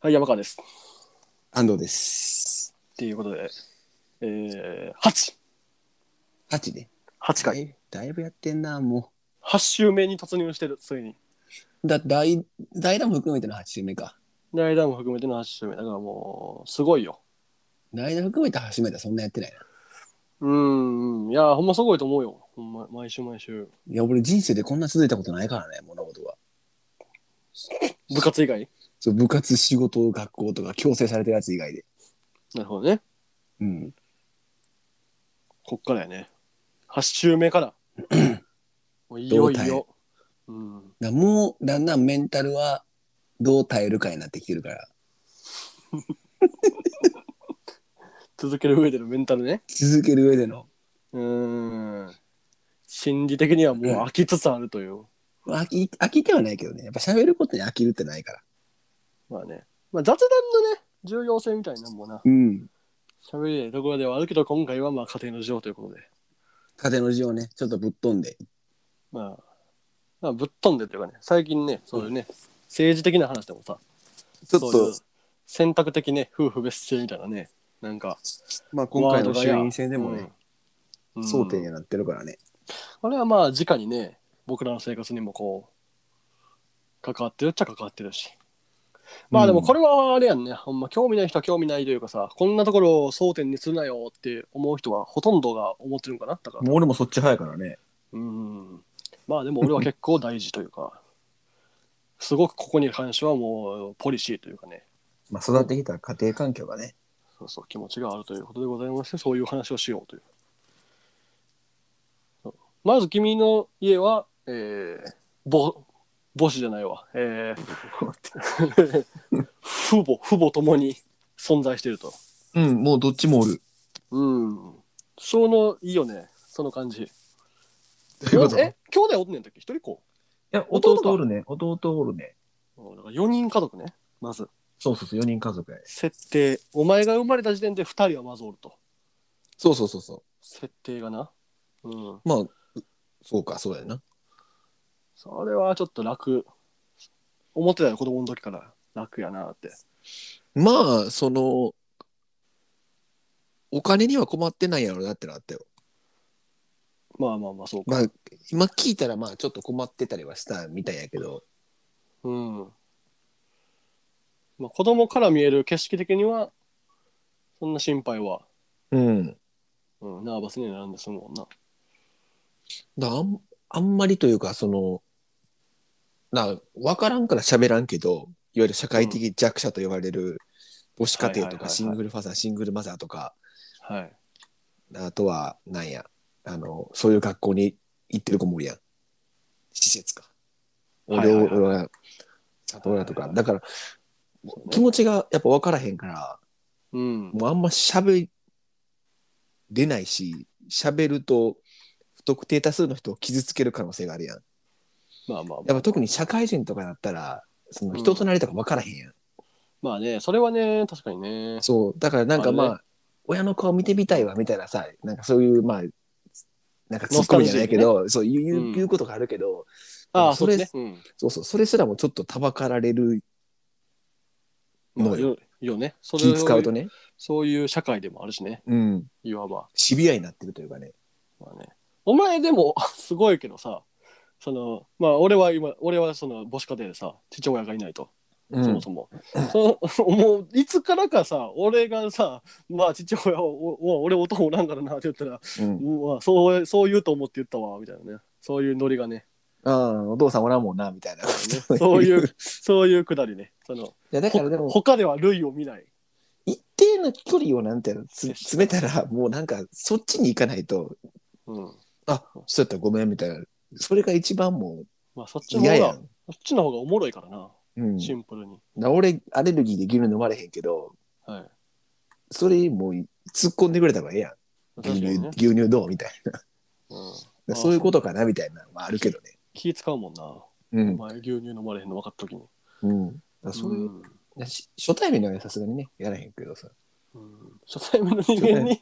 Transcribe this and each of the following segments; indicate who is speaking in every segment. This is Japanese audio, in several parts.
Speaker 1: はい、山川です。
Speaker 2: 安藤です。
Speaker 1: っていうことで、えー、8、
Speaker 2: 8ね。
Speaker 1: 8
Speaker 2: だ
Speaker 1: 回、
Speaker 2: いだいぶやってんな、も
Speaker 1: 8週目に突入してる、ついに。
Speaker 2: う。だ、代代打も含めての8周目か。
Speaker 1: ライダーも含めての8週目。だからもう、すごいよ。
Speaker 2: 代打含めて初めてはそんなやってないな。
Speaker 1: うーん、いや、ほんますごいと思うよ。ほんま、毎週毎週。
Speaker 2: いや、俺人生でこんな続いたことないからね、物事が。
Speaker 1: 部活以外
Speaker 2: そう、部活、仕事、学校とか強制されてるやつ以外で。
Speaker 1: なるほどね。
Speaker 2: うん。
Speaker 1: こっからやね。8週目から。もういよい
Speaker 2: どう耐え
Speaker 1: よ。うん。
Speaker 2: だもう、だんだんメンタルはどう耐えるかになってきてるから。
Speaker 1: 続ける上でのメンタルね。
Speaker 2: 続ける上での。
Speaker 1: うーん。心理的にはもう飽きつつあるという。
Speaker 2: 飽き、飽きてはないけどね。やっぱ喋ることに飽きるってないから。
Speaker 1: まあね。まあ雑談のね、重要性みたいなんもな。
Speaker 2: うん。
Speaker 1: 喋りたいところではあるけど、今回はまあ家庭の事情ということで。
Speaker 2: 風の字をね、ちょっとぶっ飛んで。
Speaker 1: まあ、まあ、ぶっ飛んでというかね、最近ね、そういうね、政治的な話でもさ、
Speaker 2: ちょっ
Speaker 1: そうい
Speaker 2: と
Speaker 1: う、選択的ね、夫婦別姓みたいなね、なんか、
Speaker 2: まあ今回の
Speaker 1: ワードが
Speaker 2: 衆
Speaker 1: や
Speaker 2: 院選でもね、、
Speaker 1: うん
Speaker 2: 争点になってるからね。
Speaker 1: これはまあ、直にね、僕らの生活にもこう、関わってるっちゃ関わってるし。まあでもこれはあれやんね、ほんま興味ない人は興味ないというかさ、こんなところを争点にするなよって思う人はほとんどが思ってるんかな、だから。
Speaker 2: もう俺もそっち早いからね。
Speaker 1: うんまあでも俺は結構大事というか、すごくここに関してはもうポリシーというかね、
Speaker 2: まあ、育ってきた家庭環境がね。
Speaker 1: そうそう気持ちがあるということでございまして、そういう話をしようという。そうまず君の家は、えー、ぼ母子じゃないわ、えー、父母、父母ともに存在していると。
Speaker 2: うん、もうどっちもおる。
Speaker 1: うん。その、いいよね、その感じ。
Speaker 2: どういうこと
Speaker 1: え、兄弟おんねんとき、一人っ子
Speaker 2: いや、
Speaker 1: 弟が
Speaker 2: 弟おるね。弟おるね。
Speaker 1: うんだから4人家族ね、まず。
Speaker 2: そうそうそう、4人家族やね。
Speaker 1: 設定お前が生まれた時点で2人はまずおると
Speaker 2: そうそうそうそ
Speaker 1: 設定がなうん
Speaker 2: う。まあ、そうか、そうやな。
Speaker 1: それはちょっと楽思ってたよ子供の時から楽やなって
Speaker 2: まあ、その、お金には困ってないやろなってのあったよ。
Speaker 1: まあまあまあそうか、
Speaker 2: まあ、今聞いたら、まあ、ちょっと困ってたりはしたみたいやけど、
Speaker 1: うんまあ子供から見える景色的にはそんな心配は、
Speaker 2: うん。
Speaker 1: うん、ナーバスにならんで済むもんな
Speaker 2: だあんあんまりというか、その、な、わからんから喋らんけど、いわゆる社会的弱者と言われる母子家庭
Speaker 1: はいはいはい
Speaker 2: と
Speaker 1: は
Speaker 2: か、
Speaker 1: い
Speaker 2: シングルファザー、シングルマザーとか、
Speaker 1: はい
Speaker 2: あとは、なんや、あの、そういう学校に行ってる子もいるやん。施設か。
Speaker 1: は
Speaker 2: 俺
Speaker 1: いは
Speaker 2: を、
Speaker 1: いはい
Speaker 2: 俺は、里親と
Speaker 1: はいは
Speaker 2: か。
Speaker 1: いはい
Speaker 2: だから、気持ちがやっぱ分からへんから、
Speaker 1: うん
Speaker 2: もうあんま喋れないし、喋ると、不特定多数の人を傷つける可能性があるやん。
Speaker 1: まあまあま
Speaker 2: やっ
Speaker 1: あ
Speaker 2: ぱ特に社会人とかだったら、その
Speaker 1: うん
Speaker 2: 人となりとか分からへんやん。
Speaker 1: まあねそれはね確かにね
Speaker 2: そう、だからなんかまあ、
Speaker 1: まあ
Speaker 2: 親の顔見てみたいわみたいなさ、なんかそういう、まあ、なんかツ
Speaker 1: ノ
Speaker 2: ッ
Speaker 1: スタル
Speaker 2: コミ
Speaker 1: ジ
Speaker 2: じ
Speaker 1: ー
Speaker 2: ゃないけど、そういう言う,、
Speaker 1: うん
Speaker 2: ことがあるけど、
Speaker 1: ああそ
Speaker 2: そうれ
Speaker 1: ね、うん
Speaker 2: そうそう、それすらもちょっとたばかられる
Speaker 1: ま
Speaker 2: の
Speaker 1: あ、
Speaker 2: よ。
Speaker 1: よよねそれ
Speaker 2: 気使うと
Speaker 1: ね
Speaker 2: ね、
Speaker 1: そういう社会でもあるしね
Speaker 2: うん、
Speaker 1: いわば
Speaker 2: シビアになってるというかね。
Speaker 1: まあね、お前でも すごいけどさそのまあ俺は今俺はその母子家庭でさ父親がいないと
Speaker 2: う
Speaker 1: そもそも、その もういつからかさ俺がさまあ父親をお俺音おらんからなって言ったら、
Speaker 2: うん
Speaker 1: うわそうそう言うと思って言ったわみたいなねそういうノリがね
Speaker 2: ああお父さんおらんもんな、みたいな。
Speaker 1: そうい
Speaker 2: いう
Speaker 1: そういうくだりねその
Speaker 2: や、だからで
Speaker 1: ほ
Speaker 2: も、
Speaker 1: 他では類を見ない
Speaker 2: 一定の距離をなんていうの、つ詰めたら、もうなんか、そっちに行かないと、
Speaker 1: うん
Speaker 2: あそうやったらごめんみたいな。それが一番もう
Speaker 1: まあそっちの
Speaker 2: 嫌
Speaker 1: 方
Speaker 2: や
Speaker 1: がそ
Speaker 2: ん。
Speaker 1: っちの方がおもろいからな
Speaker 2: うん、
Speaker 1: シンプルに、
Speaker 2: な俺、アレルギーで牛乳飲まれへんけど、
Speaker 1: はい
Speaker 2: それもう突っ込んでくれた方がええやん。
Speaker 1: 確か
Speaker 2: 牛乳
Speaker 1: にね、
Speaker 2: 牛乳どうみたい
Speaker 1: うん、
Speaker 2: な。
Speaker 1: あ
Speaker 2: そういうことかなみたいなのはあるけどね。
Speaker 1: 気使うもんな
Speaker 2: う
Speaker 1: お
Speaker 2: ん。
Speaker 1: 前牛乳飲まれへんの分かった時に。
Speaker 2: うん、だからそういう、
Speaker 1: ん
Speaker 2: だし初対面にはさすがにね、やらへんけど さ。
Speaker 1: うん初対面の人間に。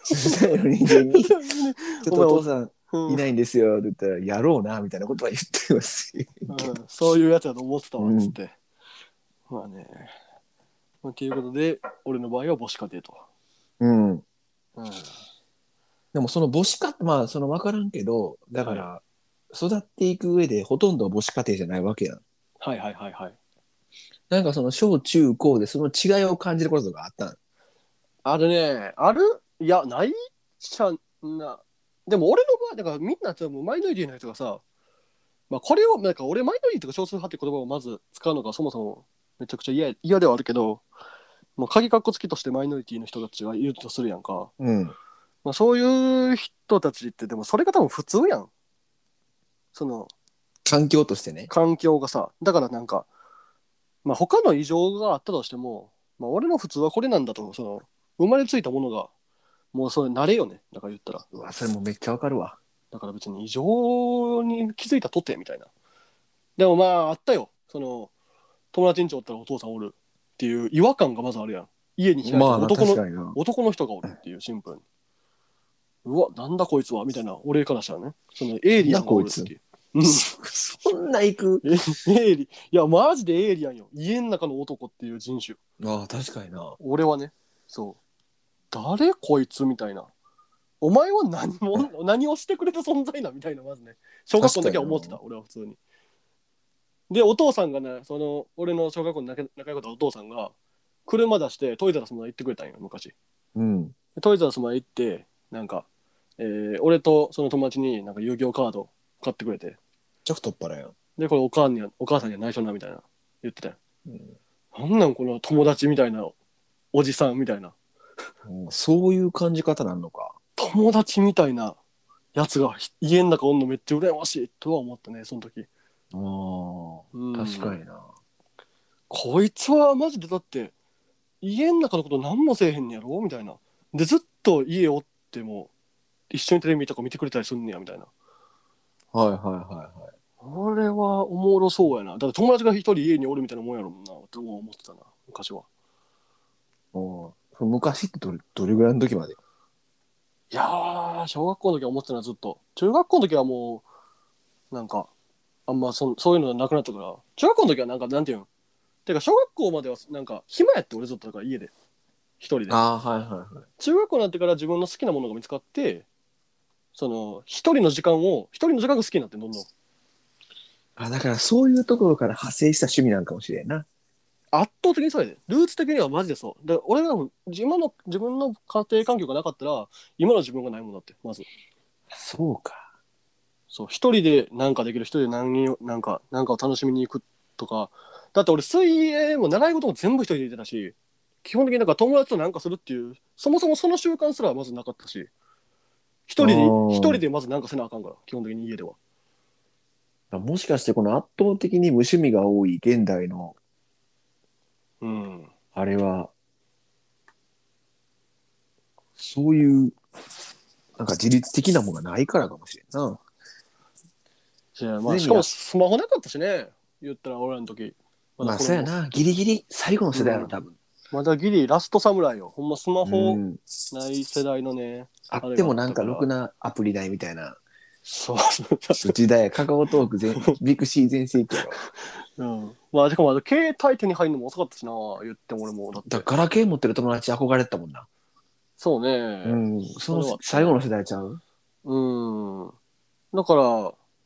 Speaker 2: 初対面の人間 に、ちょっとお父さ
Speaker 1: うん
Speaker 2: ん いないんですよって言ったら、やろうなみたいなことは言ってますし。
Speaker 1: うんそういうやつだと思ってたわ、つって。まあね。まあということで、俺の場合は母子家庭と。
Speaker 2: うん。
Speaker 1: うん、
Speaker 2: でもその母子家まあその分からんけど、だから育っていく上でほとんどは母子家庭じゃないわけやん。
Speaker 1: はいはいはいはい。
Speaker 2: なんかその小中高でその違いを感じることがあったん。
Speaker 1: あるね、あるいや、ないじゃな。でも俺の場合、だからみんな多分マイノリティの人がさ、まあこれを、なんか俺マイノリティとか少数派って言葉をまず使うのがそもそもめちゃくちゃ嫌嫌ではあるけど、まあ鍵かっこつきとしてマイノリティの人たちがいるとするやんか。
Speaker 2: うん。
Speaker 1: まあそういう人たちってでもそれが多分普通やん。その
Speaker 2: 環境としてね。
Speaker 1: 環境がさ、だからなんか、まあ他の異常があったとしても、まあ俺の普通はこれなんだと、その生まれついたものが、もうそれ慣れよね、だから言ったら。
Speaker 2: うわ、それもめっちゃわかるわ。
Speaker 1: だから別に異常に気づいたとてみたいな。でもまああったよ。その友達にちおったらお父さんおるっていう違和感がまずあるやん。家に開いた
Speaker 2: まあな、
Speaker 1: 男の、
Speaker 2: 確かにな。
Speaker 1: 男の人がおるっていうシンプルに。うわ、なんだこいつはみたいな、俺からしたらね。そのエイリアンがおるっていう。うん
Speaker 2: そんな行く。
Speaker 1: エイリ、いや、マジでエイリアンよ。家の中の男っていう人種。
Speaker 2: ああ、確かにな。
Speaker 1: 俺はね、そう。誰こいつみたいな。お前は何も、何をしてくれた存在なみたいな、まずね。小学校の時は思ってた、俺は普通に。で、お父さんがね、その、俺の小学校の仲仲良かったお父さんが、車出してトイザラスまで行ってくれたんよ、昔。
Speaker 2: うん。
Speaker 1: でトイザらスまで行って、なんか、えー俺とその友達になんか遊戯王カード買ってくれて、
Speaker 2: ちょっと太っ腹やん。
Speaker 1: で、これお母にはお母さんには内緒な、みたいな言ってたよ。
Speaker 2: うん
Speaker 1: なんなんこの友達みたいなおじさんみたいな
Speaker 2: そういう感じ方なんのか。
Speaker 1: 友達みたいなやつがひ家の中おんのめっちゃ羨ましいとは思ったねその時、
Speaker 2: ああ、確かにな。
Speaker 1: こいつはマジでだって家の中のこと何もせえへんねやろみたいなでずっと家おっても一緒にテレビとか見てくれたりすんねやみたいな
Speaker 2: はいはいはいはい。
Speaker 1: これはおもろそうやなだって友達が一人家におるみたいなもんやろもんなと思ってたな昔は
Speaker 2: お昔ってどれどれぐらいの時まで
Speaker 1: いやー、小学校の時は思ってたな、ずっと。中学校の時はもう、なんか、あんまそんそういうのなくなったから、中学校の時はなんか、なんていうんてか、小学校までは、なんか、暇やって俺ずっとだから家で、一人で。
Speaker 2: ああ、はいはいはい。
Speaker 1: 中学校になってから自分の好きなものが見つかって、その、一人の時間を、一人の時間が好きになって、どんどん。
Speaker 2: あだからそういうところから派生した趣味なんかもしれんな。
Speaker 1: 圧倒的にそうやで。ルーツ的にはマジでそう。で、俺らも、今の、自分の家庭環境がなかったら、今の自分がないもんだって、まず。
Speaker 2: そうか。
Speaker 1: そう一人で何かできる一人で何をなんかなんかを楽しみに行くとかだって俺水泳も習い事も全部一人で行ってたし基本的になんか友達と何かするっていうそもそもその習慣すらまずなかったし一人で
Speaker 2: あー
Speaker 1: 一人でまず何かせなあかんから基本的に家では
Speaker 2: もしかしてこの圧倒的に無趣味が多い現代の
Speaker 1: うん
Speaker 2: あれは、そういう、なんか自律的なものがないからかもしれんな。
Speaker 1: じゃあまあ
Speaker 2: ね
Speaker 1: しかもスマホなかったしね言ったら俺らの時
Speaker 2: まあ
Speaker 1: これ
Speaker 2: そうやな。ギリギリ最後の世代やろ、多分。
Speaker 1: まだギリラストサムライよほんまスマホ
Speaker 2: うん
Speaker 1: ない世代のね
Speaker 2: あってもなんかろくなアプリないみたいな。
Speaker 1: そう
Speaker 2: 時代、カカオトーク全、ビクシー全盛期や
Speaker 1: う
Speaker 2: ろ。
Speaker 1: んまあしかもあの携帯手に入るのも遅かったしな言っても俺もだって
Speaker 2: だからガラケー持ってる友達憧れてたもんな。
Speaker 1: そうね。
Speaker 2: うん。そ
Speaker 1: それは
Speaker 2: の最後の世代ちゃう
Speaker 1: うん。だから、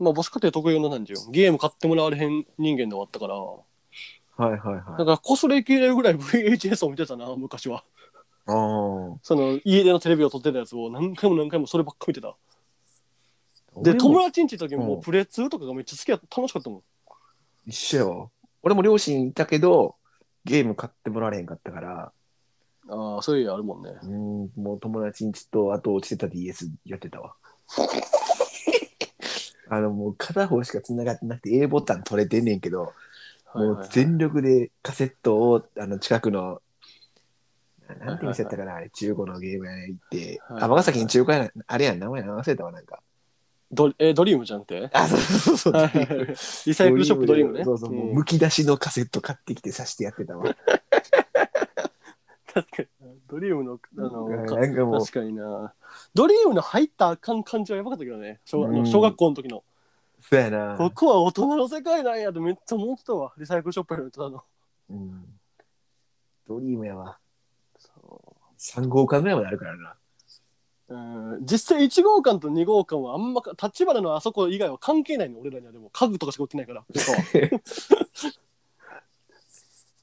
Speaker 1: まあ、母子家庭特有のなんていうのゲーム買ってもらわれへん人間で終わったから、
Speaker 2: はいはいは
Speaker 1: だ
Speaker 2: い。
Speaker 1: から、こそれきれるぐらい VHS を見てたな、昔は。
Speaker 2: ああ。
Speaker 1: その、家でのテレビを撮ってたやつを何回も何回もそればっか見てた。
Speaker 2: 俺
Speaker 1: で、
Speaker 2: も
Speaker 1: 友達んち行った時ももううんプレ2とかがめっちゃ好きやった、楽しかったもん。
Speaker 2: 一緒よ。俺も両親いたけど、ゲーム買ってもらわれへんかったから、
Speaker 1: ああ、そういうあるもんね。
Speaker 2: うん、もう友達にちょっと、あと落ちてた DS やって たわ。あの、もう片方しか繋がってなくて A ボタン取れてんねんけど、
Speaker 1: はい
Speaker 2: も
Speaker 1: はいは
Speaker 2: う
Speaker 1: い
Speaker 2: 全力でカセットを、あの、近くの、ななんて店やったかな、あれ、中古のゲーム屋に行って、
Speaker 1: はいはいはい
Speaker 2: 尼崎に中古屋な、あれやん、名前忘れたわ、なんか。
Speaker 1: ドえードリームじゃなくて
Speaker 2: あ、そうそうそう。
Speaker 1: はいはいはいリサイクルショップドリームね。
Speaker 2: そうそう、もう、
Speaker 1: ん
Speaker 2: むき出しのカセット買ってきて刺してやってたわ。
Speaker 1: 確かに。ドリームの、あの、か
Speaker 2: なんかもう
Speaker 1: 確、かにな。ドリームの入ったあかん感じはやばかったけどね。小,、あ
Speaker 2: う
Speaker 1: の
Speaker 2: ん
Speaker 1: 小学校の時の。
Speaker 2: そうやな。
Speaker 1: ここは大人の世界なんやってめっちゃ思ってたわ。リサイクルショップやるとあの。
Speaker 2: うんドリームやわ。
Speaker 1: そ
Speaker 2: 3号館ぐらいまであるからな。
Speaker 1: ううん実際1号館と2号館はあんま立花のあそこ以外は関係ないの俺らにはでも家具とかしか売ってないから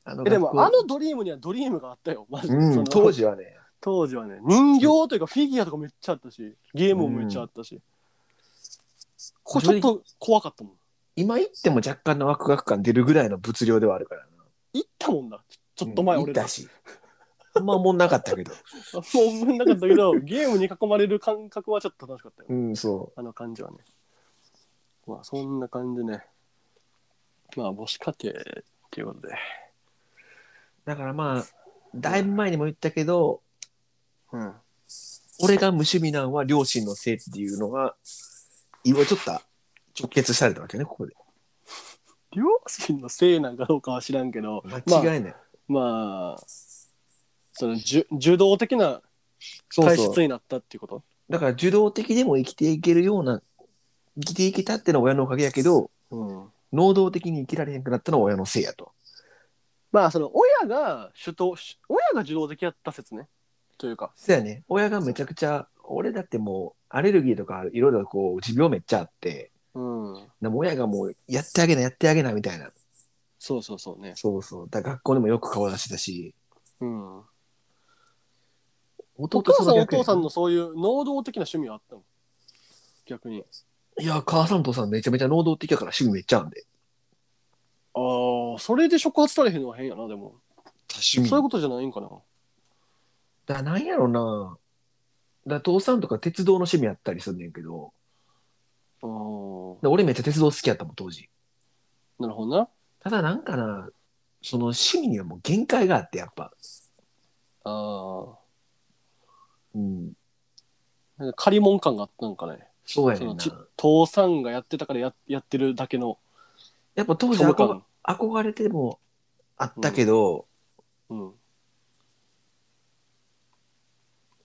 Speaker 2: あの
Speaker 1: えでもあ
Speaker 2: 学
Speaker 1: のドリームにはドリームがあったよマジ
Speaker 2: 校
Speaker 1: でそ
Speaker 2: うん、
Speaker 1: の
Speaker 2: 当時はね、
Speaker 1: 当時はね人形というかフィギュアとかめっちゃあったしゲームもめっちゃあったし、こちょっと怖かったもん
Speaker 2: 今行っても若干のワクワク感出るぐらいの物量ではあるからな。
Speaker 1: 行ったもんなちょちょっと前
Speaker 2: うん
Speaker 1: 俺
Speaker 2: 行
Speaker 1: ら、
Speaker 2: ったし。あんまもんなかったけ ど。
Speaker 1: もう分なかったけど ゲームに囲まれる感覚はちょっと楽しかったよ
Speaker 2: うん、そ
Speaker 1: あの感じはねまあそんな感じねまあ母子家庭っていうことで
Speaker 2: う。だからまあ、だいぶ前にも言ったけど、
Speaker 1: うん
Speaker 2: 俺が無趣味なんは両親のせいっていうのが、今ちょっと直結されたわけね、ここで。
Speaker 1: 両親のせいなんかどうかは知らんけど
Speaker 2: 間違いない。
Speaker 1: まあその受受動的な
Speaker 2: そう
Speaker 1: 体
Speaker 2: そう
Speaker 1: 質。になったっていうこと
Speaker 2: だから受動的でも生きていけるような、生きていけたってのは親のおかげやけど、
Speaker 1: うん
Speaker 2: 能動的に生きられへんくなったのは親のせいやと。
Speaker 1: まあその親が主導し親が受動的やった説ねというか
Speaker 2: そうやね。親がめちゃくちゃ、俺だってもうアレルギーとかいろいろこう持病めっちゃあって、
Speaker 1: うん
Speaker 2: でも親がもうやってあげな、やってあげなみたいな。
Speaker 1: そうそうそうね
Speaker 2: そうそう。だから学校でもよく顔出してたし、
Speaker 1: うんお
Speaker 2: 弟
Speaker 1: 母
Speaker 2: そ
Speaker 1: さ
Speaker 2: の
Speaker 1: んお
Speaker 2: 逆や
Speaker 1: 父さんのそういう能動的な趣味はあったの逆に
Speaker 2: いや、母さんとさんめちゃめちゃ能動的やから趣味めっちゃあんで。
Speaker 1: ああそれで触発されへんのは変やなでも
Speaker 2: 趣味
Speaker 1: そういうことじゃないんかな
Speaker 2: だからなんやろな。だから父さんとか鉄道の趣味やったりすんねんけど、
Speaker 1: あー
Speaker 2: で俺めっちゃ鉄道好きやったもん、当時。
Speaker 1: なるほどな
Speaker 2: ただなんかな、その趣味にはもう限界があって、やっぱ。
Speaker 1: あ
Speaker 2: うん。
Speaker 1: あなんか借り物感があったんかね
Speaker 2: そうや
Speaker 1: そ
Speaker 2: ね
Speaker 1: の
Speaker 2: んな
Speaker 1: ち。父さんがやってたからややってるだけの
Speaker 2: やっぱ当時
Speaker 1: 虚無
Speaker 2: 憧
Speaker 1: 感
Speaker 2: 憧れてもあったけど、
Speaker 1: うん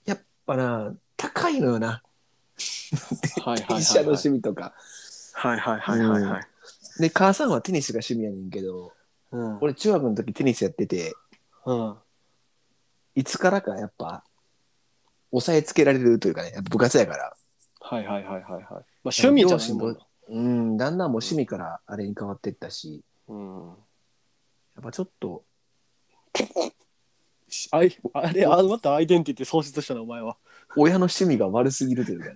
Speaker 2: やっぱな、高いのよ な。
Speaker 1: はいはいはいはい
Speaker 2: 電車の趣味とか。
Speaker 1: はいはい
Speaker 2: はいはいはいで、母さんはテニスが趣味やねんけど、
Speaker 1: うん
Speaker 2: 俺中学の時テニスやってて、
Speaker 1: うん
Speaker 2: いつからかやっぱ、抑えつけられるというかね、やっぱ部活やから。
Speaker 1: はいはいはいはいはい。まあ趣味じゃないもんな。
Speaker 2: うん、だんだんもう趣味からあれに変わってったし、
Speaker 1: うん。
Speaker 2: やっぱちょっと、
Speaker 1: あいあれ、あまたアイデンティティ喪失したな、お前は。
Speaker 2: 親の趣味が悪すぎるというかね。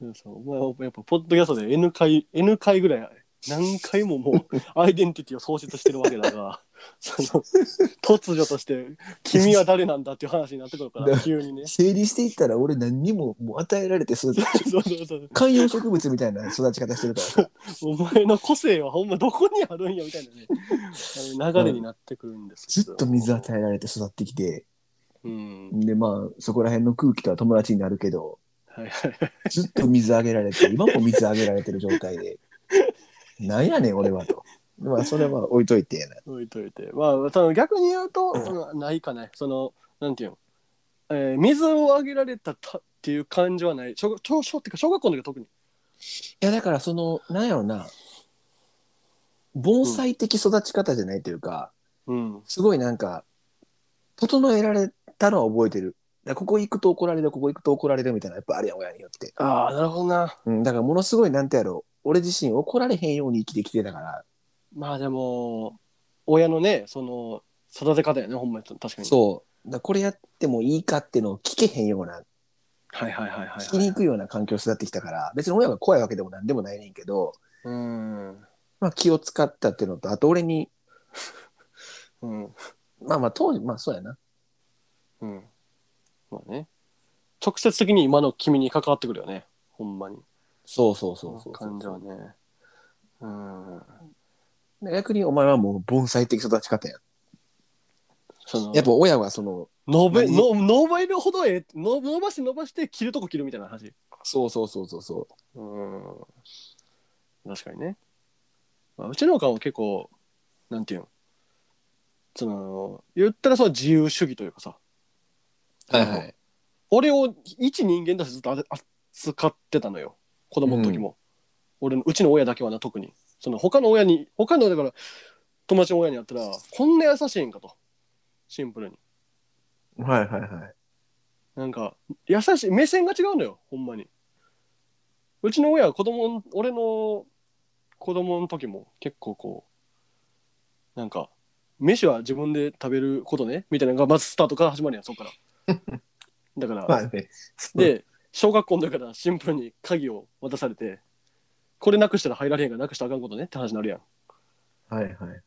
Speaker 1: うんそうお前はやっぱ、ポッドキャストで N 回、N 回ぐらい、何回もも う、アイデンティティを喪失してるわけだが、その、突如として、君は誰なんだっていう話になってくるから、
Speaker 2: だ
Speaker 1: 急にね。
Speaker 2: 整理していったら俺何にももう与えられて育て
Speaker 1: そうそうそう。
Speaker 2: 観葉植物みたいな育ち方してる からさ
Speaker 1: お前の個性はほんまどこにあるんや、みたいなね、あの流れになってくるんですけ
Speaker 2: ず
Speaker 1: ど
Speaker 2: っと水与えられて育ってきて
Speaker 1: うん。
Speaker 2: でまあそこら辺の空気とは友達になるけど
Speaker 1: はいはい
Speaker 2: ずっと水あげられ て今も水あげられてる状態でなんやねん俺はとまあそれは置いといてやな
Speaker 1: 置いといてまあその逆に言うと、うんないかねそのなんていうの、えー水をあげられたたっていう感じはない小小小っていうか小学校の時は特に
Speaker 2: いやだからそのなんやろな盆栽的育ち方じゃないというか、
Speaker 1: うん
Speaker 2: すごいなんか整えられたのは覚えてるだからここ行くと怒られるここ行くと怒られるみたいなやっぱあるやん親によって
Speaker 1: ああなるほどな
Speaker 2: うん、だからものすごいなんてやろう俺自身怒られへんように生きてきてたから
Speaker 1: まあでも親のねその育て方やねほんまに確かにう
Speaker 2: そうだからこれやってもいいかってのを聞けへんような
Speaker 1: はいはいはいはい、
Speaker 2: 聞きにくいような環境を育ってきたから別に親が怖いわけでもなんでもないねんけど、
Speaker 1: うん
Speaker 2: まあ、気を使ったっていうのとあと俺に
Speaker 1: うん
Speaker 2: まあまあ当時まあそうやな
Speaker 1: うんまあね直接的に今の君に関わってくるよねほんまに
Speaker 2: そうそうそうそう
Speaker 1: 感じはねうん
Speaker 2: 逆にお前はもう盆栽的育ち方やん
Speaker 1: その
Speaker 2: やっぱ親はその
Speaker 1: 伸べ
Speaker 2: 何
Speaker 1: の伸ばるほどええの伸ばして伸ばして切るとこ切るみたいな話
Speaker 2: そうそうそうそうそう
Speaker 1: うん確かにね、まあ、うちのおかんは結構なんていうのその言ったらその自由主義というかさ
Speaker 2: はいはい
Speaker 1: 俺を一人間としてずっとあれ扱ってたのよ子供の時も、俺のうちの親だけはな特にその他の親に他のだから友達の親にやったらこんな優しいんかとシンプルに
Speaker 2: はいはいはい。
Speaker 1: なんか優しい目線が違うのよほんまにうちの親は子供ん俺の子供の時も結構こうなんか飯は自分で食べることねみたいなのがまずスタートから始まるやんそっから だから、
Speaker 2: まあね。
Speaker 1: で小学校の時からシンプルに鍵を渡されてこれなくしたら入られへんからなくしたらあかんことねって話になるやん
Speaker 2: はいはいはい。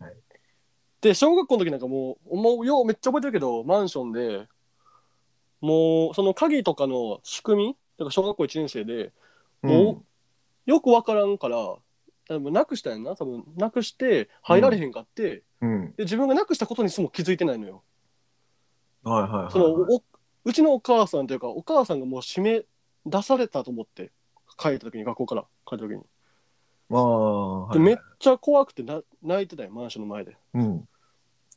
Speaker 1: で小学校の時なんかもうもうようめっちゃ覚えてるけどマンションでもうその鍵とかの仕組みだから小学校1年生でお
Speaker 2: うん
Speaker 1: よくわからんから多分なくしたんやな多分なくして入られへんかって、で
Speaker 2: うん。
Speaker 1: 自分がなくしたことにすも気づいてないのよ
Speaker 2: はいはいはい。
Speaker 1: そのおうちのお母さんというかお母さんがもう締め出されたと思って帰った時に学校から帰った時に、
Speaker 2: まあ、は
Speaker 1: で
Speaker 2: い
Speaker 1: めっちゃ怖くてな泣いてたよマンションの前で
Speaker 2: うん。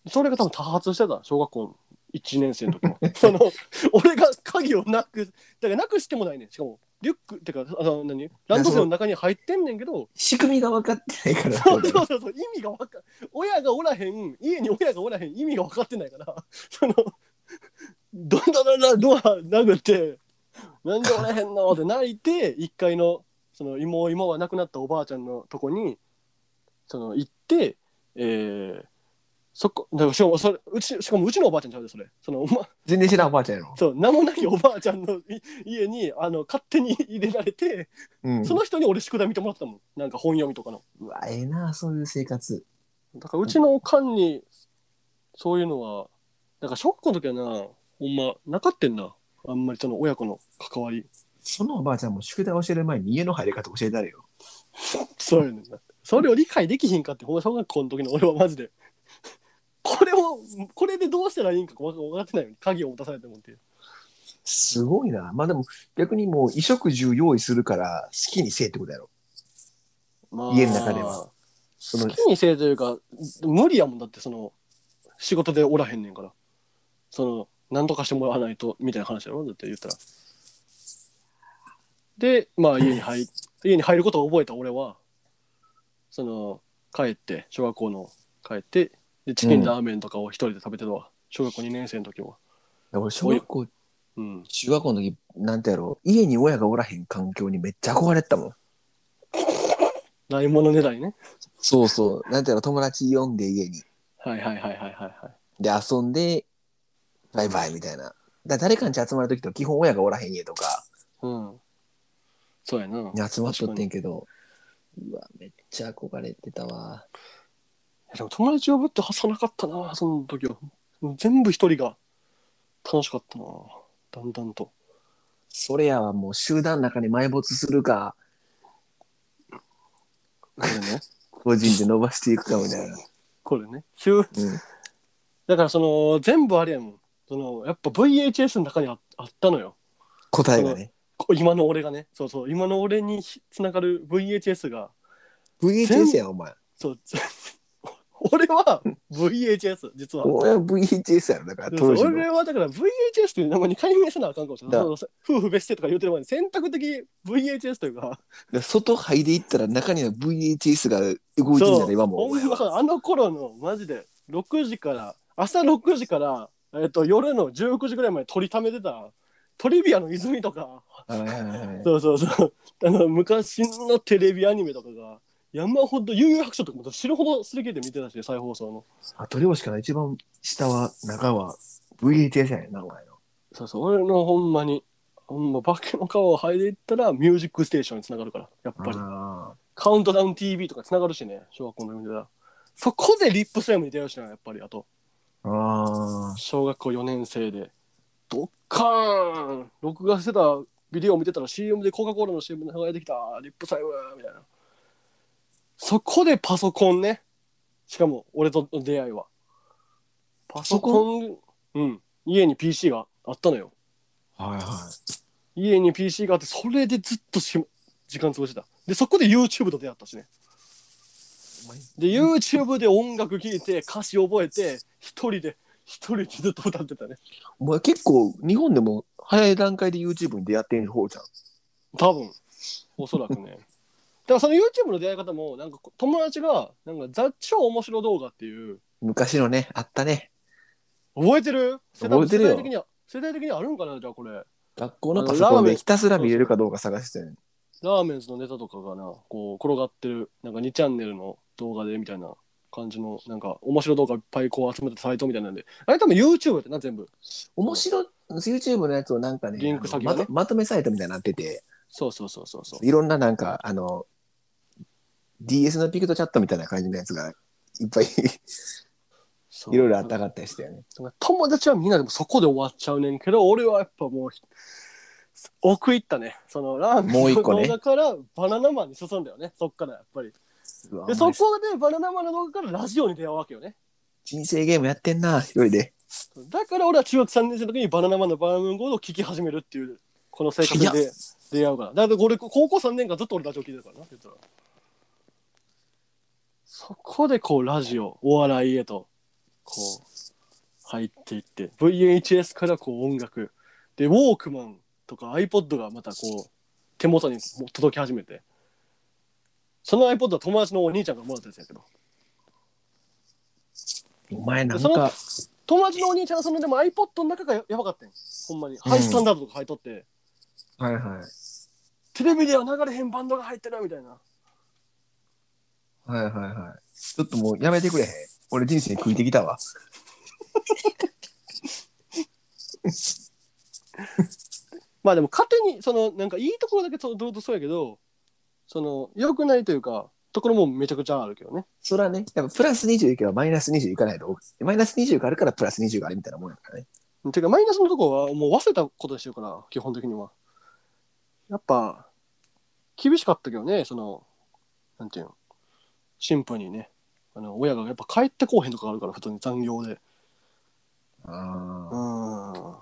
Speaker 1: それが多分多発してた小学校1年生の時も その俺が鍵をなくだからなくしてもないねんしかもリュックってかあの何ランドセルの中に入ってんねんけど
Speaker 2: 仕組みが分かってないから。
Speaker 1: そうそうそうそう意味がわか親がおらへん家に親がおらへん意味が分かってないからそのどんどんどんどんドア殴ってなんでおらへんのって泣いて1階のその妹今は亡くなったおばあちゃんのとこにその行ってえーそこだからしかもそれうちしかもうちのおばあちゃんちゃうでそれその、ま、
Speaker 2: 全然知らんおばあちゃんやろ。
Speaker 1: そう名もないおばあちゃんのい家にあの勝手に入れられて
Speaker 2: うん
Speaker 1: その人に俺宿題見てもらってたもんなんか本読みとかの。
Speaker 2: うわ、ええな、そういう生活。
Speaker 1: だからうちのおかんにそういうのはなんか小学校の時はなほんまなかったんなあんまりその親子の関わり
Speaker 2: そのおばあちゃんも宿題教える前に家の入り方教えたれよ。
Speaker 1: そういうのなそれを理解できひんかってほんま小学校の時の俺はマジでこれをこれでどうしたらいいんか分かってないよね鍵を持たされてもっていう
Speaker 2: すごいな。まあでも、逆にもう衣食住用意するから好きにせえってことやろ。
Speaker 1: ま
Speaker 2: 家の中ではその
Speaker 1: 好きにせえというか無理やもんだってその仕事でおらへんねんからその何とかしてもらわないとみたいな話やろだって言ったらでまあ家に 入家に入ることを覚えた俺はその帰って小学校の帰ってでチキンラーメンとかを一人で食べてたわ、小学校2年生の時は
Speaker 2: 俺、小学校、
Speaker 1: うん
Speaker 2: 中学校の時、なんてやろう、家に親がおらへん環境にめっちゃ憧れてたもん。
Speaker 1: ないものねだりね
Speaker 2: そうそう。なんてやろう、友達呼んで家に。
Speaker 1: はいはいはいはいはいはい
Speaker 2: で、遊んで、バイバイみたいな。だ誰かに集まる時と基本親がおらへん家とか
Speaker 1: うんそうやな
Speaker 2: に集まっとってんけど、うわ、めっちゃ憧れてたわ。
Speaker 1: いやでも友達呼ぶってはさなかったなその時は全部一人が楽しかったなだんだんと
Speaker 2: それやはもう集団の中に埋没するか、
Speaker 1: これね
Speaker 2: 個人で伸ばしていくかみたいな。
Speaker 1: これね週
Speaker 2: うん
Speaker 1: だからその全部あれやもんそのやっぱ VHS の中にああったのよ
Speaker 2: 答えがね。
Speaker 1: こ今の俺がねそうそう今の俺につながる VHS が
Speaker 2: VHS やんお前。
Speaker 1: そう つ俺は VHS 実は
Speaker 2: 俺は VHS やろ、だから
Speaker 1: そう
Speaker 2: 当
Speaker 1: そ
Speaker 2: 時
Speaker 1: う俺
Speaker 2: の。
Speaker 1: はだから VHS という名前に解明せなあかんかもしれない
Speaker 2: だ
Speaker 1: そうそう夫婦別姓とか言うてる前に選択的 VHS というか
Speaker 2: 外入いでいったら中には VHS が動いてんだ
Speaker 1: そう
Speaker 2: ね、今も。お
Speaker 1: ほ
Speaker 2: 前
Speaker 1: んま
Speaker 2: は
Speaker 1: そうあの頃のマジで6時から朝6時から、えっと夜の19時ぐらいまで取りためてたトリビアの泉とか、
Speaker 2: はいはいはい
Speaker 1: そうそうそうあの昔のテレビアニメとかが山ほど悠々白書とかも死ぬほどすり切れて見てたし再放送の
Speaker 2: あと漁師から一番下は、中は VHS やねんな、お前の。
Speaker 1: そうそう俺のほんまにほんま化けの皮を剥いでいったらミュージックステーションにつながるからやっぱり
Speaker 2: あ
Speaker 1: カウントダウン TV とかつながるしね小学校の時見てたらそこでリップスライムに出会うしなやっぱりあと
Speaker 2: ーあー。
Speaker 1: 小学校4年生でドッカーン録画してたビデオを見てたら CM でコカ・コーラの CM が流れてきたリップサイムみたいなそこでパソコンねしかも俺との出会いはパソコンうん家に PC があったのよ
Speaker 2: はいはい。
Speaker 1: 家に PC があってそれでずっとし時間過ごしてたでそこで YouTube と出会ったしねで YouTube で音楽聴いて歌詞覚えて一人で一人でずっと歌ってたね
Speaker 2: お前結構日本でも早い段階で YouTube に出会ってん方じゃん。
Speaker 1: 多分おそらくね だからその YouTube の出会い方もなんか友達がなんか「ザ・超面白動画」っていう
Speaker 2: 昔のね、あったね。
Speaker 1: 覚えてる世代
Speaker 2: 覚えてるよ
Speaker 1: 世代的には世代的にはあるんかなじゃあこれラ
Speaker 2: 学校のパソコンでひたすら見れるかどうか探してん
Speaker 1: ーメンズのネタとかがなこう転がってるなんか2チャンネルの動画でみたいな感じのなんか面白い動画いっぱいこう集めたサイトみたいなんであれ多分 YouTube ってな全部
Speaker 2: 面白い YouTube のやつをなんかね
Speaker 1: リンク先が
Speaker 2: ま
Speaker 1: ね
Speaker 2: とまとめサイトみたいになってて
Speaker 1: そうそうそうそうそう
Speaker 2: いろんななんかあの DS のピクトチャットみたいな感じのやつがいっぱい
Speaker 1: そう
Speaker 2: いろいろあったかったりしたよね
Speaker 1: 友達はみんなでもそこで終わっちゃうねんけど俺はやっぱもうひ奥行ったねそのラーメ
Speaker 2: もう
Speaker 1: ン
Speaker 2: 一
Speaker 1: の
Speaker 2: 個ね
Speaker 1: 動画からバナナマンに進んだよねそっからやっぱりでそこでバナナマンの動画からラジオに出会うわけよね
Speaker 2: 人生ゲームやってんな一人で
Speaker 1: だから俺は中学3年生の時にバナナマンのバナナムーンゴールドを聴き始めるっていうこの生活
Speaker 2: 早っ
Speaker 1: で出会うからだから俺高校3年間ずっと俺ラジオ聴いてるからな言ったらそこでこうラジオお笑いへとこう入っていって VHS からこう音楽でウォークマンとか iPod がまたこう手元にも届き始めてその iPod は友達のお兄ちゃんがもらったやつやけど
Speaker 2: お前なん
Speaker 1: その
Speaker 2: か
Speaker 1: 友達のお兄ちゃんがそのでも iPod の中がややばかったんほんまにハイスタンダードとか入っとって、
Speaker 2: はいはい
Speaker 1: テレビでは流れへんバンドが入ってるみたいな
Speaker 2: はいはいはい。ちょっともうやめてくれへん。俺人生食いてきたわ。
Speaker 1: まあでも勝手にそのなんかいいところだけそうどうとそうやけどその良くないというかところもめちゃくちゃあるけどね
Speaker 2: それはね、やっぱプラス20いけばマイナス20いかないと。マイナス20があるからプラス20があるみたいなもんやからね。
Speaker 1: ていうかマイナスのとこはもう忘れたことにしてるから基本的にはやっぱ厳しかったけどねそのなんていうの新婦にねあの親がやっぱ帰ってこうへんとかがあるから普通に残業でう
Speaker 2: あ
Speaker 1: ん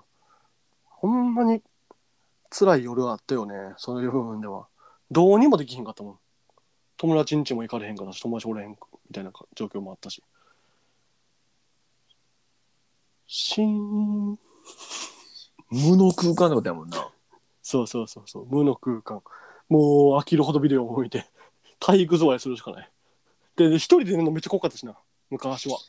Speaker 1: ほんまに辛い夜はあったよね、そういう部分では。どうにもできへんかったもん。友達ん家も行かれへんかったし、友達おれへんみたいな状況もあったし。しん。
Speaker 2: 無の空間のことやもんな。
Speaker 1: そうそうそうそう、無の空間。もう飽きるほどビデオを見て、 体育座りするしかない。で、で一人で寝るのめっちゃ怖かったしな、昔は。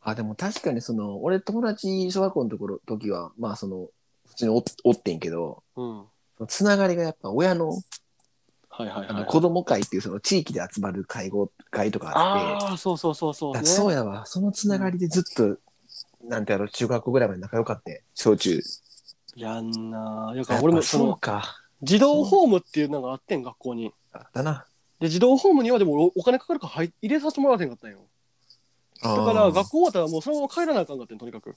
Speaker 2: あ、でも確かにその、俺友達小学校のところ、時は、まあその、普通におおってんけど、
Speaker 1: うん。は
Speaker 2: つながりがやっぱ親の
Speaker 1: いはい
Speaker 2: あ
Speaker 1: は
Speaker 2: の
Speaker 1: い。
Speaker 2: 子供会っていうその地域で集まる会合会とかあって、
Speaker 1: ああ、そうそうそうそう、
Speaker 2: だ
Speaker 1: ね。
Speaker 2: そうやわ、そのつながりでずっと、なんてやろ、中学校ぐらいまで仲良かった、小中。
Speaker 1: やんなー。だから
Speaker 2: やっ
Speaker 1: 俺も
Speaker 2: ぱ
Speaker 1: その
Speaker 2: そうか。
Speaker 1: 児童ホームっていうのがあってん学校に
Speaker 2: あったな。
Speaker 1: で児童ホームにはでもおお金かかるから入入れさせてもらわへんかったんよ
Speaker 2: だ
Speaker 1: だから学校終わったらもうそのまま帰らなあかんかったんとにかく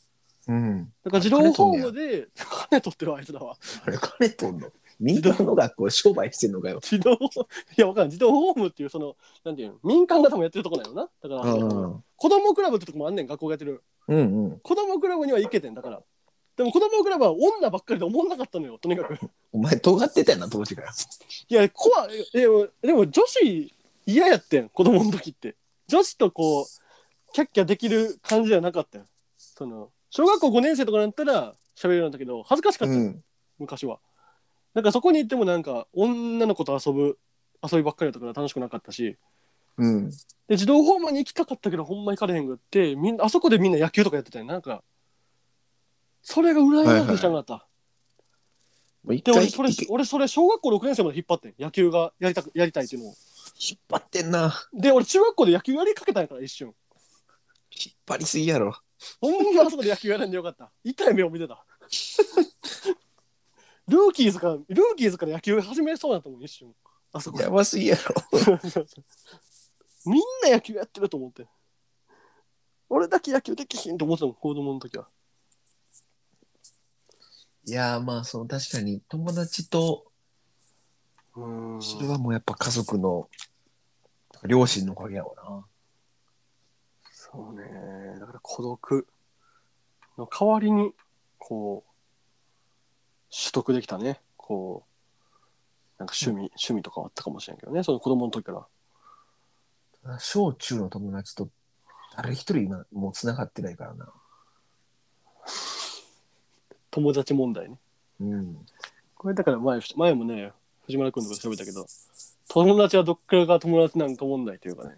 Speaker 2: うん。
Speaker 1: だから児童ホームで 金取ってるあいつらは
Speaker 2: あれ、金取んの民間の学校商売してんのかよ。
Speaker 1: 児童いやわからん児童ホームっていうそのなんていうの民間型もやってるとこなんよなだか
Speaker 2: う
Speaker 1: ら、
Speaker 2: ん。
Speaker 1: 子供クラブってとこもあんねん学校がやってる
Speaker 2: うんうん。
Speaker 1: 子供クラブには行けてんだからでも子供クラブは女ばっかりで思んなかったのよとにか く
Speaker 2: お前、尖ってたよな、当時から。
Speaker 1: いや怖いでもでも女子嫌やってん子供の時って女子とこうキャッキャできる感じじゃなかったよその小学校5年生とかになったら喋れるようになったけど恥ずかしかった、
Speaker 2: うん。
Speaker 1: 昔はなんかそこに行ってもなんか女の子と遊ぶ遊びばっかりだったから楽しくなかったし
Speaker 2: うん。
Speaker 1: で児童ホームに行きたかったけどほんま行かれへんくってみんなあそこでみんな野球とかやってたよなんかそれが羨ましくてしゃあなかった、
Speaker 2: もう一
Speaker 1: で俺
Speaker 2: 回い
Speaker 1: それ
Speaker 2: け
Speaker 1: 俺それ小学校6年生まで引っ張ってん野球がやりたくやりたいっていうのを
Speaker 2: 引っ張ってんな。
Speaker 1: で、俺、中学校で野球やりかけたんやから、一瞬。
Speaker 2: 引っ張りすぎやろ。
Speaker 1: ほんまあそこで野球やらんでよかった。痛い目を見てた。 ルーキーズから、ルーキーズから野球始めそうだと思う、一瞬。あそこで
Speaker 2: や。ばすぎやろ。
Speaker 1: みんな野球やってると思って。俺だけ野球できひんと思ってたもん、子供の時は。
Speaker 2: いやー、まあ、その確かに友達と、
Speaker 1: うん
Speaker 2: それはもうやっぱ家族の、両親のおかげやわな。
Speaker 1: そうね。だから孤独の代わりに、こう、取得できたね。こう、なんか趣味、趣味とかはあったかもしれんけどね。その子供の時から。
Speaker 2: 小中の友達と、誰一人今、もう繋がってないからな。
Speaker 1: 友達問題ね。
Speaker 2: うん。
Speaker 1: これだから前、前もね、藤村君とかで喋ったけど、友達はどっからが友達なんか問題というかね、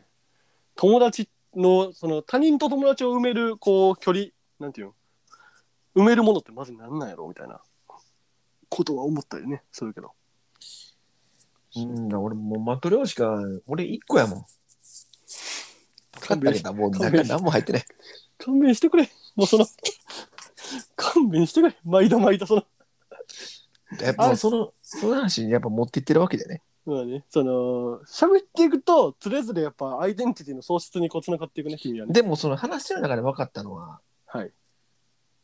Speaker 1: 友達の、その他人と友達を埋める、こう、距離、なんていうの、埋めるものってまずなんなんやろみたいなことは思ったりねするけど
Speaker 2: うんだ、俺もうマトリョーシカ、俺1個やもん。
Speaker 1: 勘
Speaker 2: 買った
Speaker 1: 弁
Speaker 2: け
Speaker 1: し
Speaker 2: ど、もう
Speaker 1: 勘弁
Speaker 2: 中
Speaker 1: し
Speaker 2: 何も入ってない。
Speaker 1: 勘弁してくれもうその勘弁してくれ毎度毎度その
Speaker 2: やっぱもうその、その話にやっぱ持っていってるわけだよね。
Speaker 1: まあねその喋っていくとつれづれやっぱアイデンティティの喪失にこうつながっていくね君はね
Speaker 2: でもその話の中で分かったのは、
Speaker 1: はい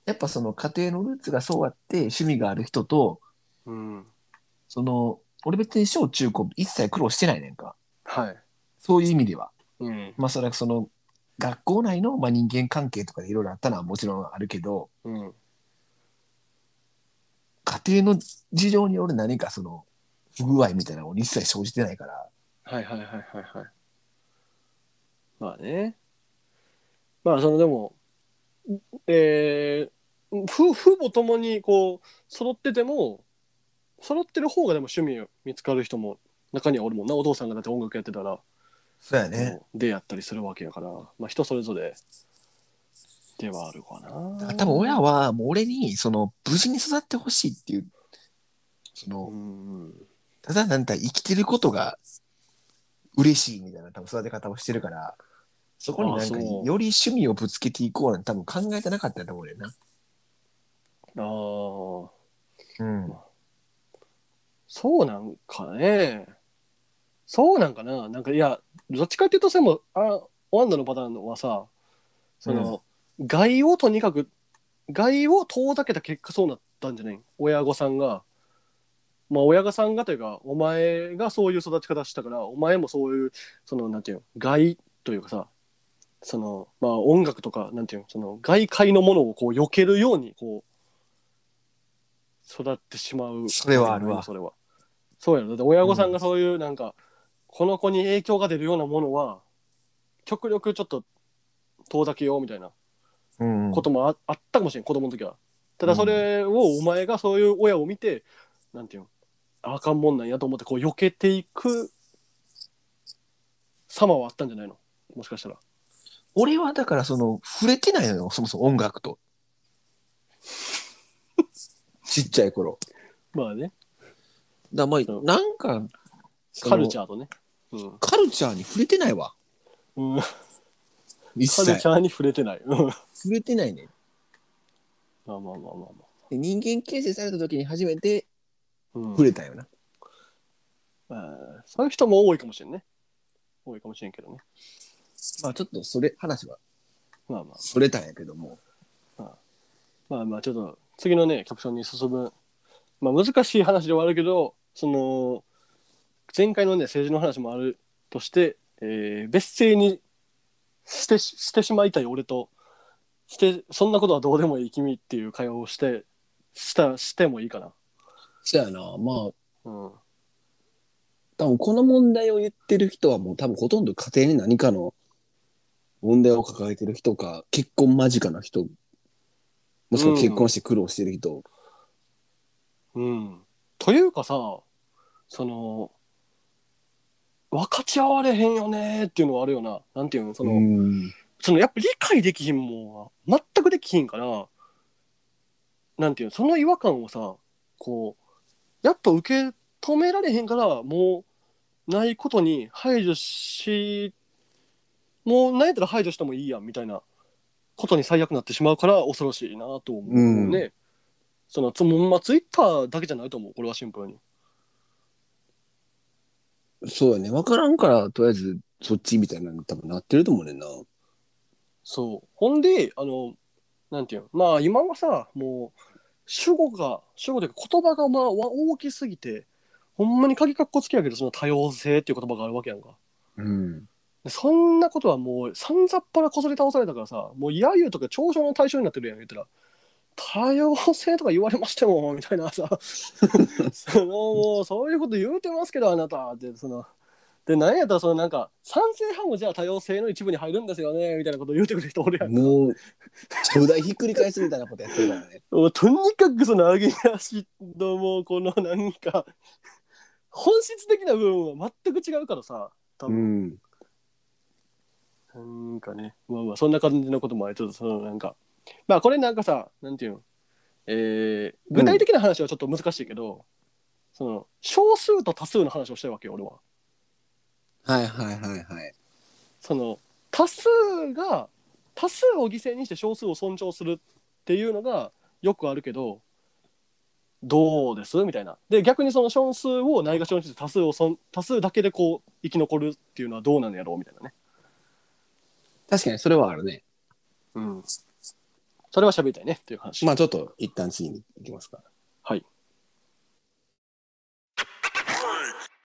Speaker 2: やっぱその家庭のルーツがそうあって趣味がある人と、
Speaker 1: うん
Speaker 2: その、俺別に小中高一切苦労してないねんか。
Speaker 1: はい
Speaker 2: そういう意味では。
Speaker 1: うん
Speaker 2: まあそれはその、学校内の、まあ、人間関係とかでいろいろあったのはもちろんあるけど、
Speaker 1: うん
Speaker 2: 家庭の事情による何かその、不具合みたいなのを一切生じてないから、
Speaker 1: はいはいはいはいはい。まあね。まあそのでも、えー、夫父母ともにこう揃ってても揃ってる方がでも趣味を見つかる人も中にはおるもんなお父さんがだって音楽やってたら、
Speaker 2: そうや。
Speaker 1: でやったりするわけやから、まあ、人それぞれではあるか
Speaker 2: だか
Speaker 1: な。
Speaker 2: ら多分親はもう俺にその無事に育ってほしいっていうその
Speaker 1: うんうん
Speaker 2: ただなんか生きてることが嬉しいみたいな多分育て方をしてるからそこになんか
Speaker 1: あそう
Speaker 2: より趣味をぶつけていこうなんて多分考えてなかったと思うよな。
Speaker 1: ああ。
Speaker 2: うん、
Speaker 1: そうなんかね。そうなんかな。なんかいや、どっちかっていうとそれも、あ、オアンダのパターンはさ、その、害をとにかく、害を遠ざけた結果そうなったんじゃない親御さんが。まあ親御さんがというか、お前がそういう育ち方したから、お前もそういう、その、なんていうの、害というかさ、その、まあ音楽とか、なんていうの、その、外界のものをこう避けるように、こう、育ってしまう。
Speaker 2: それはあるわ
Speaker 1: それは。そうやろ。だって親御さんがそういう、なんか、この子に影響が出るようなものは、極力ちょっと遠ざけようみたいな
Speaker 2: うん
Speaker 1: こともあ,、あったかもしれん子供の時はただそれをお前がそういう親を見て、なんていうのあかんもんなんやと思ってこう避けていく様はあったんじゃないのもしかしたら
Speaker 2: 俺はだからその触れてないのよそもそも音 楽と。ちっちゃい頃。
Speaker 1: まあね
Speaker 2: だから
Speaker 1: そ
Speaker 2: まあ
Speaker 1: う
Speaker 2: なんか
Speaker 1: カルチ
Speaker 2: ャー
Speaker 1: ャーとね、うん
Speaker 2: カルチャーに触れてないわ
Speaker 1: うん
Speaker 2: 一
Speaker 1: カル
Speaker 2: 切
Speaker 1: チャーに触れてないうんま
Speaker 2: 触れてないね。
Speaker 1: あまあまあまあま
Speaker 2: で人間形成された時に初めて
Speaker 1: あ、うん
Speaker 2: 触れたよな。
Speaker 1: えーそういう人も多いかもしれんね多いかもしれんけどね
Speaker 2: まあちょっとそれ話は
Speaker 1: まあまあ
Speaker 2: それたんやけども。
Speaker 1: まあまあちょっと次のねキャプションに進む、まあ、難しい話ではあるけどその前回のね政治の話もあるとして、えー別姓にしてししてしまいたい俺としてそんなことはどうでもいい君っていう会話をしてしたしてもいいかな。
Speaker 2: そやな。まあ
Speaker 1: うん、
Speaker 2: 多分この問題を言ってる人はもう多分ほとんど家庭に何かの問題を抱えてる人か、結婚間近な人、もしくは結婚して苦労してる人。
Speaker 1: うん、というかさその分かち合われへんよねーっていうのはあるよな。なんていうのその、
Speaker 2: うん
Speaker 1: そのやっぱ理解できひんもんは全くできひんからなんていうのその違和感をさこうやっぱ受け止められへんからもうないことに排除しもうないやったら排除してもいいやんみたいなことに最悪なってしまうから恐ろしいなと思うね。そのつもうまあ、ツイッターだけじゃないと思うこれはシンプルに。
Speaker 2: そうやね。わからんから、とりあえずそっちみたいなの多分なってると思うねんな。
Speaker 1: そう。ほんで、あの、なんていうの、まあ今はさ、もう、主語が、主語というか言葉がまあわ大きすぎて、ほんまに鍵格好つけやけど、その多様性っていう言葉があるわけやんか。
Speaker 2: うん。
Speaker 1: でそんなことはもう、さんざっぱらこそり倒されたからさ、もう、揶揄とか嘲笑の対象になってるやん、言ったら。多様性とか言われましても、みたいなさ、そのもう、そういうこと言うてますけど、あなたって、その、で、なんやったら、そのなんか、賛成派もじゃあ多様性の一部に入るんですよね、みたいなこと言うてくる人おるやんか。
Speaker 2: もう、ちょうだいひっくり返すみたいなことやってるからね。
Speaker 1: もうとにかくその上げ足のもうこのなんか本質的な部分は全く違うからさ多
Speaker 2: う
Speaker 1: 分、
Speaker 2: ん。
Speaker 1: なんかねまあまあそんな感じのこともありちょっとそのなんかまあこれなんかさなんていうのえー具体的な話はちょっと難しいけど、その少数と多数の話をしてるわけよ俺は。
Speaker 2: はいはいはいはい。
Speaker 1: その多数が多数を犠牲にして少数を尊重するっていうのがよくあるけどどうですみたいな。で逆にその少数をないがしろにして多数をそん多数だけでこう生き残るっていうのはどうなんやろうみたいなね。
Speaker 2: 確かにそれはあるね。
Speaker 1: うん、それは喋りたいねっていう話。
Speaker 2: まあちょっと一旦次に行きますか。